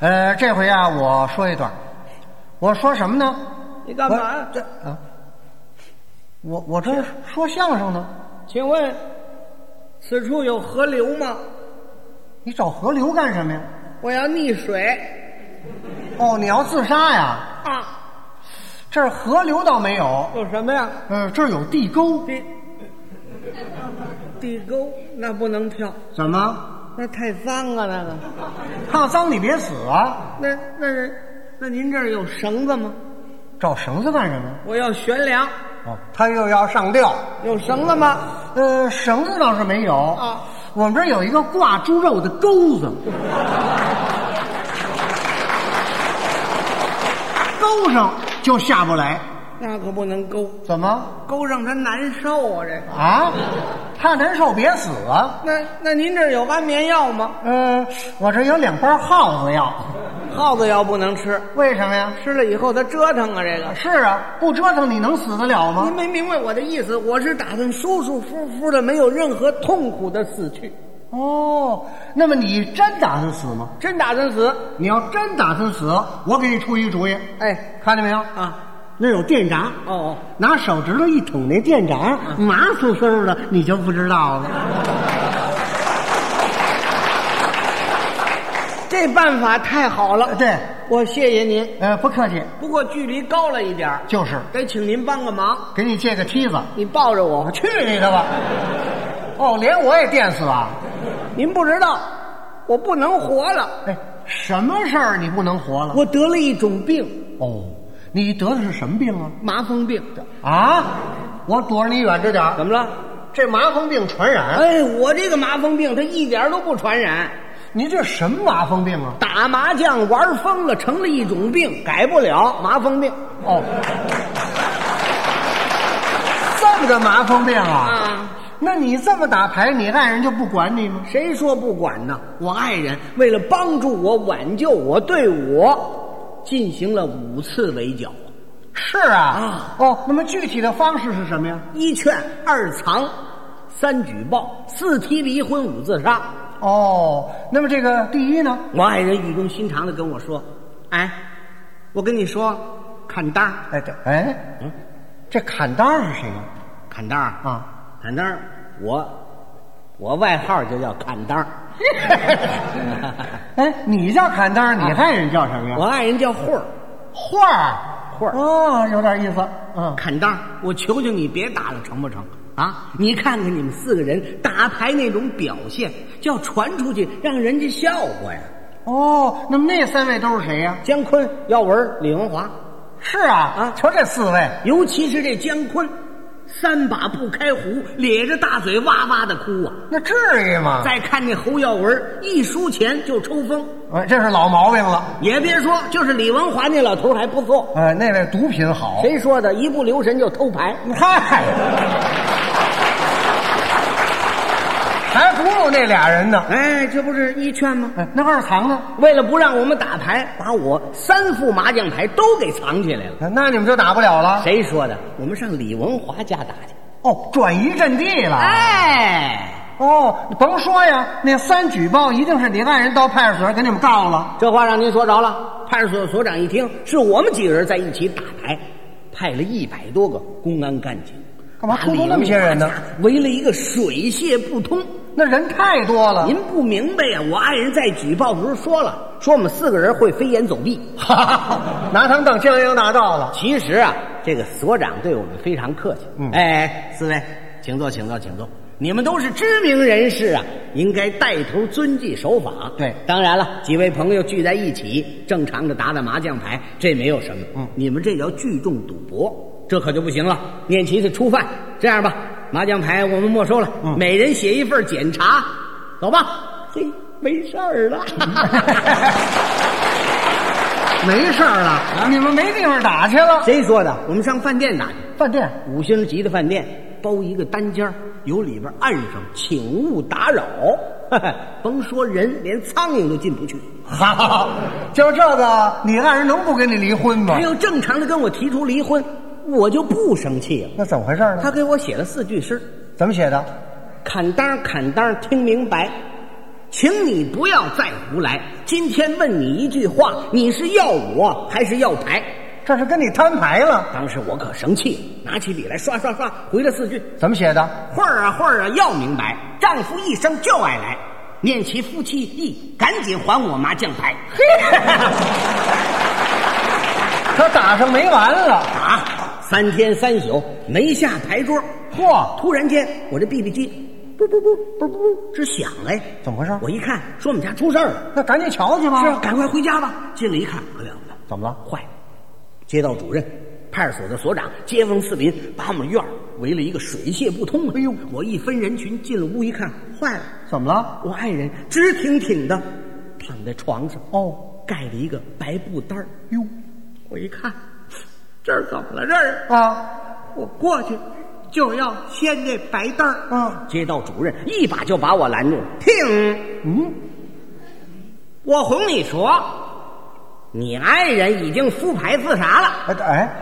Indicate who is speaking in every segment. Speaker 1: 呃，这回啊，我说一段，我说什么呢？
Speaker 2: 你干嘛呀
Speaker 1: 我这啊，我我这说相声呢。
Speaker 2: 请问，此处有河流吗？
Speaker 1: 你找河流干什么呀？
Speaker 2: 我要溺水
Speaker 1: 哦，你要自杀呀？
Speaker 2: 啊！
Speaker 1: 这儿河流倒没有，
Speaker 2: 有什么呀？
Speaker 1: 呃，这儿有地沟。
Speaker 2: 地地沟那不能跳，
Speaker 1: 怎么？
Speaker 2: 那太脏啊！那个，
Speaker 1: 怕脏你别死啊！
Speaker 2: 那那是，那您这儿有绳子吗？
Speaker 1: 找绳子干什么？
Speaker 2: 我要悬梁，
Speaker 1: 哦，他又要上吊。
Speaker 2: 有绳子吗？
Speaker 1: 呃，绳子倒是没有
Speaker 2: 啊
Speaker 1: 我们这儿有一个挂猪肉的钩 子，钩上就下不来。
Speaker 2: 那可不能勾，
Speaker 1: 怎么
Speaker 2: 勾上他难受啊！这个，
Speaker 1: 啊？怕难受别死啊？
Speaker 2: 那那您这儿有安眠药吗？
Speaker 1: 呃，我这有两包耗子药，
Speaker 2: 耗子药不能吃，
Speaker 1: 为什么呀？
Speaker 2: 吃了以后他折腾啊！这个。
Speaker 1: 是啊，不折腾你能死得了
Speaker 2: 您
Speaker 1: 吗？
Speaker 2: 没明白我的意思，我是打算舒舒服服的，没有任何痛苦的死去，
Speaker 1: 哦，那么你真打算死吗？
Speaker 2: 真打算死。
Speaker 1: 你要真打算死，我给你出一主意，
Speaker 2: 哎，
Speaker 1: 看见没有？
Speaker 2: 啊，
Speaker 1: 那有电闸，
Speaker 2: 哦，
Speaker 1: 拿手指头一捅那电闸，麻酥酥的，你就不知道了。
Speaker 2: 这办法太好了，
Speaker 1: 对，
Speaker 2: 我谢谢您。
Speaker 1: 呃，不客气，
Speaker 2: 不过距离高了一点儿，
Speaker 1: 就是
Speaker 2: 得请您帮个忙，
Speaker 1: 给你借个梯子。
Speaker 2: 你抱着我去。
Speaker 1: 去你的吧！哦，连我也电死啊了。
Speaker 2: 您不知道，我不能活了，
Speaker 1: 哎，什么事儿你不能活了？
Speaker 2: 我得了一种病，
Speaker 1: 哦，你得的是什么病啊？
Speaker 2: 麻风病。
Speaker 1: 啊，我躲着你远着点儿。
Speaker 2: 怎么了？
Speaker 1: 这麻风病传染？
Speaker 2: 哎，我这个麻风病它一点儿都不传染，
Speaker 1: 您这什么麻风病啊？
Speaker 2: 打麻将玩疯了，成了一种病，改不了麻风病。
Speaker 1: 哦，这么个麻风病啊？
Speaker 2: 啊，
Speaker 1: 那你这么打牌，你爱人就不管你吗？
Speaker 2: 谁说不管呢？我爱人为了帮助我、挽救我，对我进行了五次围剿：
Speaker 1: 是啊。
Speaker 2: 啊
Speaker 1: 哦，那么具体的方式是什么呀？
Speaker 2: 一劝、二藏、三举报、四提离婚、五自杀。
Speaker 1: 哦，那么这个第一呢？
Speaker 2: 我爱人语重心长的跟我说：“哎，我跟你说，砍单儿
Speaker 1: 哎，对，哎，嗯，这砍单儿是谁呀、
Speaker 2: 砍单儿
Speaker 1: 啊？， 啊，
Speaker 2: 砍单儿我我外号就叫砍单 儿
Speaker 1: 哎，你叫砍单儿，你爱人叫什么
Speaker 2: 啊我
Speaker 1: 呀？
Speaker 2: 爱人叫慧儿，
Speaker 1: 画儿，
Speaker 2: 画儿
Speaker 1: 哦，有点意思，嗯，
Speaker 2: 砍当，我求求你别打了，成不成？啊，你看看你们四个人打牌那种表现，就要传出去，让人家笑话呀。
Speaker 1: 哦，那么那三位都是谁呀、
Speaker 2: 姜昆、耀文、李文华，
Speaker 1: 是啊，
Speaker 2: 啊
Speaker 1: 瞧这四位，
Speaker 2: 尤其是这姜昆，三把不开胡，咧着大嘴哇哇的哭啊。
Speaker 1: 那至于吗？
Speaker 2: 再看那侯耀文，一输钱就抽风，
Speaker 1: 呃，这是老毛病了。
Speaker 2: 也别说，就是李文华那老头还不错。
Speaker 1: 呃，那位毒品好，
Speaker 2: 谁说的？一不留神就偷牌。
Speaker 1: 嗨，还不如那俩人呢。
Speaker 2: 哎，这不是一劝吗？
Speaker 1: 哎，那二藏呢？
Speaker 2: 为了不让我们打牌，把我三副麻将牌都给藏起来了。
Speaker 1: 哎那你们就打不了了。
Speaker 2: 谁说的？我们上李文华家打去。
Speaker 1: 哦，转移阵地了。
Speaker 2: 哎，
Speaker 1: 哦，你甭说呀，那三举报一定是你爱人到派出所给你们告了。
Speaker 2: 这话让您说着了。派出所所长一听，是我们几个人在一起打牌，派了一百多个公安干警，
Speaker 1: 干嘛
Speaker 2: 把
Speaker 1: 出动
Speaker 2: 李
Speaker 1: 那么些人呢
Speaker 2: 文华家围了一个水泄不通。
Speaker 1: 那人太多了，
Speaker 2: 您不明白呀、我爱人在举报的时候说了，说我们四个人会飞檐走壁。
Speaker 1: 拿他们当江洋大盗了。
Speaker 2: 其实啊，这个所长对我们非常客气。
Speaker 1: 嗯
Speaker 2: 哎，四位，请坐，请坐，请坐。你们都是知名人士啊，应该带头遵纪守法。
Speaker 1: 对
Speaker 2: 当然了，几位朋友聚在一起，正常的打打麻将牌，这没有什么。
Speaker 1: 嗯
Speaker 2: 你们这叫聚众赌博，这可就不行了。念其是初犯，这样吧，麻将牌我们没收了，
Speaker 1: 嗯
Speaker 2: 每人写一份检查，走吧。嘿，没事儿 了。
Speaker 1: 没事儿了，啊你们没地方打去了。
Speaker 2: 谁说的？我们上饭店打去。
Speaker 1: 饭 店
Speaker 2: 五星级的饭店包一个单间儿有里边按上“请勿打扰”，甭说人，连苍蝇都进不去。
Speaker 1: 好，就这个，你爱人能不跟你离婚吗
Speaker 2: 还？有正常的跟我提出离婚，我就不生气了。
Speaker 1: 那怎么回事呢？
Speaker 2: 他给我写了四句诗：
Speaker 1: 怎么写的？
Speaker 2: 砍当儿砍当儿听明白，请你不要再胡来。今天问你一句话，你是要我还是要牌？
Speaker 1: 这是跟你摊牌了。
Speaker 2: 当时我可生气了，拿起笔来刷刷刷，回了四句：
Speaker 1: 怎么写的？
Speaker 2: 会儿啊会儿啊，要明白，丈夫一生就爱来，念其夫妻意，赶紧还我麻将牌。嘿，
Speaker 1: 可打上没完了。
Speaker 2: 啊，三天三宿没下牌桌。
Speaker 1: 嚯，
Speaker 2: 突然间，我这 BB 机，不不不不不，直响哎，
Speaker 1: 怎么回事
Speaker 2: 我一看，说我们家出事儿了。
Speaker 1: 那赶紧瞧瞧吧。
Speaker 2: 是啊，赶快回家吧。进来一看，哎呀，
Speaker 1: 怎么了？
Speaker 2: 坏了！街道主任、派出所的所长、街坊四邻把我们院儿围了一个水泄不通。哎呦，我一分人群进了屋一看，坏了，
Speaker 1: 怎么了？
Speaker 2: 我爱人直挺挺的躺在床上，
Speaker 1: 哦，
Speaker 2: 盖了一个白布单儿。
Speaker 1: 哟，
Speaker 2: 我一看，这儿怎么了？这儿
Speaker 1: 啊，
Speaker 2: 我过去就要掀这白单儿。
Speaker 1: 嗯
Speaker 2: 街道主任一把就把我拦住了。停！
Speaker 1: 嗯，
Speaker 2: 我哄你说，你爱人已经复牌自杀了。
Speaker 1: 哎哎，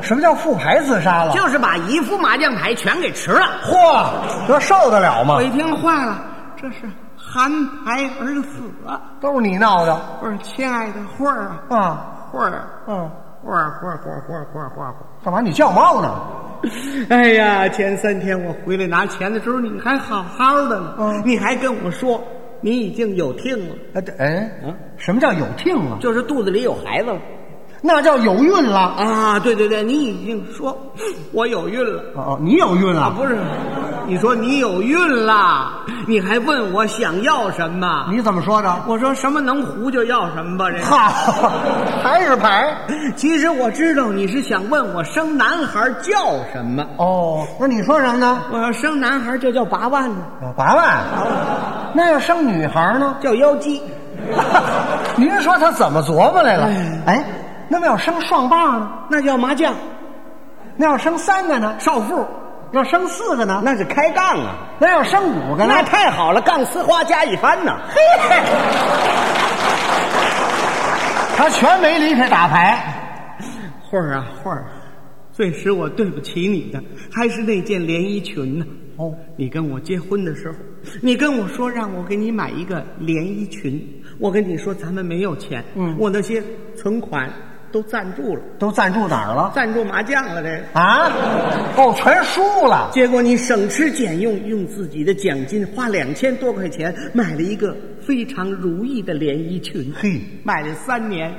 Speaker 1: 什么叫复牌自杀了？
Speaker 2: 就是把一副麻将牌全给吃了。
Speaker 1: 嚯，这受得了吗
Speaker 2: 我？一听坏了，这是含牌而死啊！
Speaker 1: 都是你闹的
Speaker 2: 我说亲爱的慧儿啊，
Speaker 1: 啊。
Speaker 2: 慧儿，
Speaker 1: 嗯，
Speaker 2: 慧儿，慧儿，慧儿，慧儿，慧儿，慧儿。慧儿
Speaker 1: 干嘛你叫猫呢？
Speaker 2: 哎呀，前三天我回来拿钱的时候，你还好好的呢，
Speaker 1: 嗯
Speaker 2: 你还跟我说你已经有听了，
Speaker 1: 哎这哎，什么叫有听了？
Speaker 2: 就是肚子里有孩子了
Speaker 1: 那叫有孕了。
Speaker 2: 啊！对对对，你已经说我有孕了。
Speaker 1: 哦，你有孕
Speaker 2: 啊，
Speaker 1: 了？
Speaker 2: 不是，你说你有孕了，你还问我想要什么？
Speaker 1: 你怎么 说的？
Speaker 2: 我说什么能糊就要什么吧，这个。
Speaker 1: 好，还是牌。
Speaker 2: 其实我知道你是想问我生男孩叫什么。
Speaker 1: 哦，那你说什么呢？
Speaker 2: 我要生男孩就叫八万呢，
Speaker 1: 啊八 万。那要生女孩 呢？
Speaker 2: 叫妖姬。
Speaker 1: 您说他怎么琢磨来了？哎，那么要生双棒呢？
Speaker 2: 那叫麻将，
Speaker 1: 那要生三个呢？
Speaker 2: 少妇，
Speaker 1: 要生四个呢？
Speaker 2: 那是开杠啊，
Speaker 1: 那要生五个呢
Speaker 2: 那？太好了，杠丝花加一番呢。
Speaker 1: 他全没离开打牌。
Speaker 2: 慧儿啊，慧儿，最使我对不起你的还是那件连衣裙呢、
Speaker 1: 哦，
Speaker 2: 你跟我结婚的时候，你跟我说让我给你买一个连衣裙，我跟你说咱们没有钱，
Speaker 1: 嗯
Speaker 2: 我那些存款都赞助了，
Speaker 1: 都赞助哪儿了？
Speaker 2: 赞助麻将了这个。
Speaker 1: 啊？哦，全输了。
Speaker 2: 结果你省吃俭用，用自己的奖金花两千多块钱买了一个非常如意的连衣裙，
Speaker 1: 嘿，
Speaker 2: 买了三年，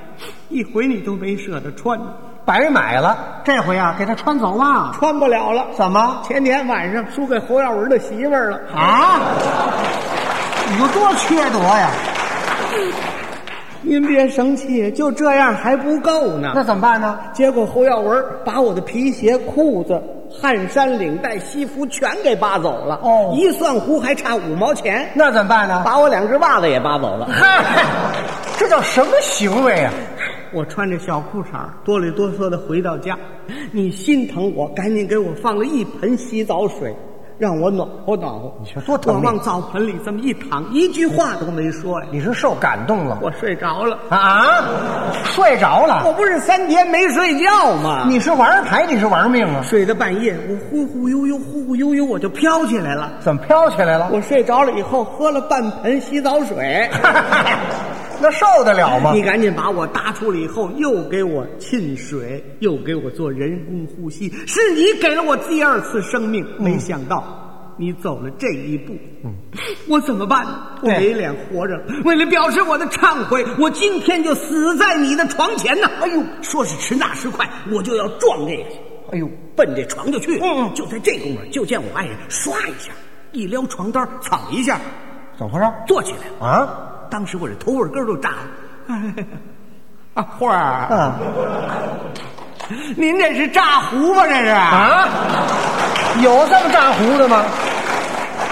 Speaker 2: 一回你都没舍得穿，
Speaker 1: 白买了。这回啊，给他穿走了。
Speaker 2: 穿不了了。
Speaker 1: 怎么？
Speaker 2: 前年晚上输给侯耀文的媳妇儿了。
Speaker 1: 啊？你有多缺德呀？
Speaker 2: 您别生气，就这样还不够呢。
Speaker 1: 那怎么办呢？
Speaker 2: 结果侯耀文把我的皮鞋、裤子、汗衫、领带、西服全给扒走了。
Speaker 1: 哦
Speaker 2: 一算壶还差五毛钱，
Speaker 1: 那怎么办呢？
Speaker 2: 把我两只袜子也扒走了。
Speaker 1: 嗨，这叫什么行为啊？
Speaker 2: 我穿着小裤衩儿，哆里哆嗦的回到家，你心疼我，赶紧给我放了一盆洗澡水，让我暖和暖和。
Speaker 1: 你说多疼
Speaker 2: 我
Speaker 1: 你
Speaker 2: 往澡盆里这么一躺，一句话都没说呀。
Speaker 1: 你是受感动了吗
Speaker 2: 我睡着了，
Speaker 1: 啊？睡着
Speaker 2: 我
Speaker 1: 了？
Speaker 2: 不是三天没睡觉吗？
Speaker 1: 你是玩牌，你是玩命啊？
Speaker 2: 睡到半夜，我忽忽悠悠，忽忽悠悠，我就飘起来了。
Speaker 1: 怎么飘起来了？
Speaker 2: 我睡着了以后，喝了半盆洗澡 水。
Speaker 1: 那受得了吗
Speaker 2: 你？赶紧把我搭出来以后，又给我浸水，又给我做人工呼吸，是你给了我第二次生命。
Speaker 1: 嗯
Speaker 2: 没想到你走了这一步，我怎么办呢？我
Speaker 1: 对
Speaker 2: 没脸活着了。为了表示我的忏悔，我今天就死在你的床前呐！哎呦，说时迟那时快，我就要撞这个。
Speaker 1: 哎呦，
Speaker 2: 奔这床就去。
Speaker 1: 嗯嗯
Speaker 2: 就在这功夫，就见我爱人唰一下一撩床单，蹭一下
Speaker 1: 怎么回事
Speaker 2: 坐起来了。
Speaker 1: 啊？
Speaker 2: 当时我这头发根儿都炸了。 啊，花儿，
Speaker 1: 啊
Speaker 2: 您这是炸胡吧？这是。
Speaker 1: 啊！有这么炸胡的吗？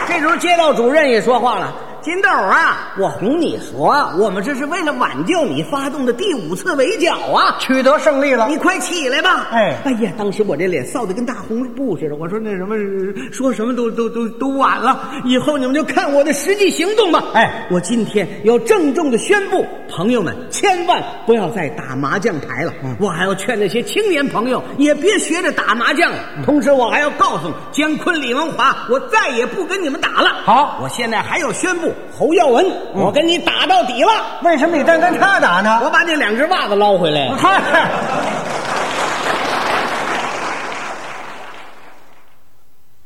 Speaker 2: 这时候街道主任也说话了：“金豆啊，我哄你说，我们这是为了挽救你发动的第五次围剿啊。”
Speaker 1: 取得胜利了
Speaker 2: 你快起来吧！
Speaker 1: 哎
Speaker 2: 哎呀，当时我这脸臊得跟大红布似的。我说那什么，说什么都都都都晚了，以后你们就看我的实际行动吧。
Speaker 1: 哎，
Speaker 2: 我今天要郑重的宣布，朋友们千万不要再打麻将牌了。我还要劝那些青年朋友也别学着打麻将了。同时，我还要告诉姜昆、李文华，我再也不跟你们打了。
Speaker 1: 好好
Speaker 2: 我现在还要宣布，侯耀文，我跟你打到底了，
Speaker 1: 为什么你单跟他打呢？
Speaker 2: 我把那两只袜子捞回来。
Speaker 1: 嗨。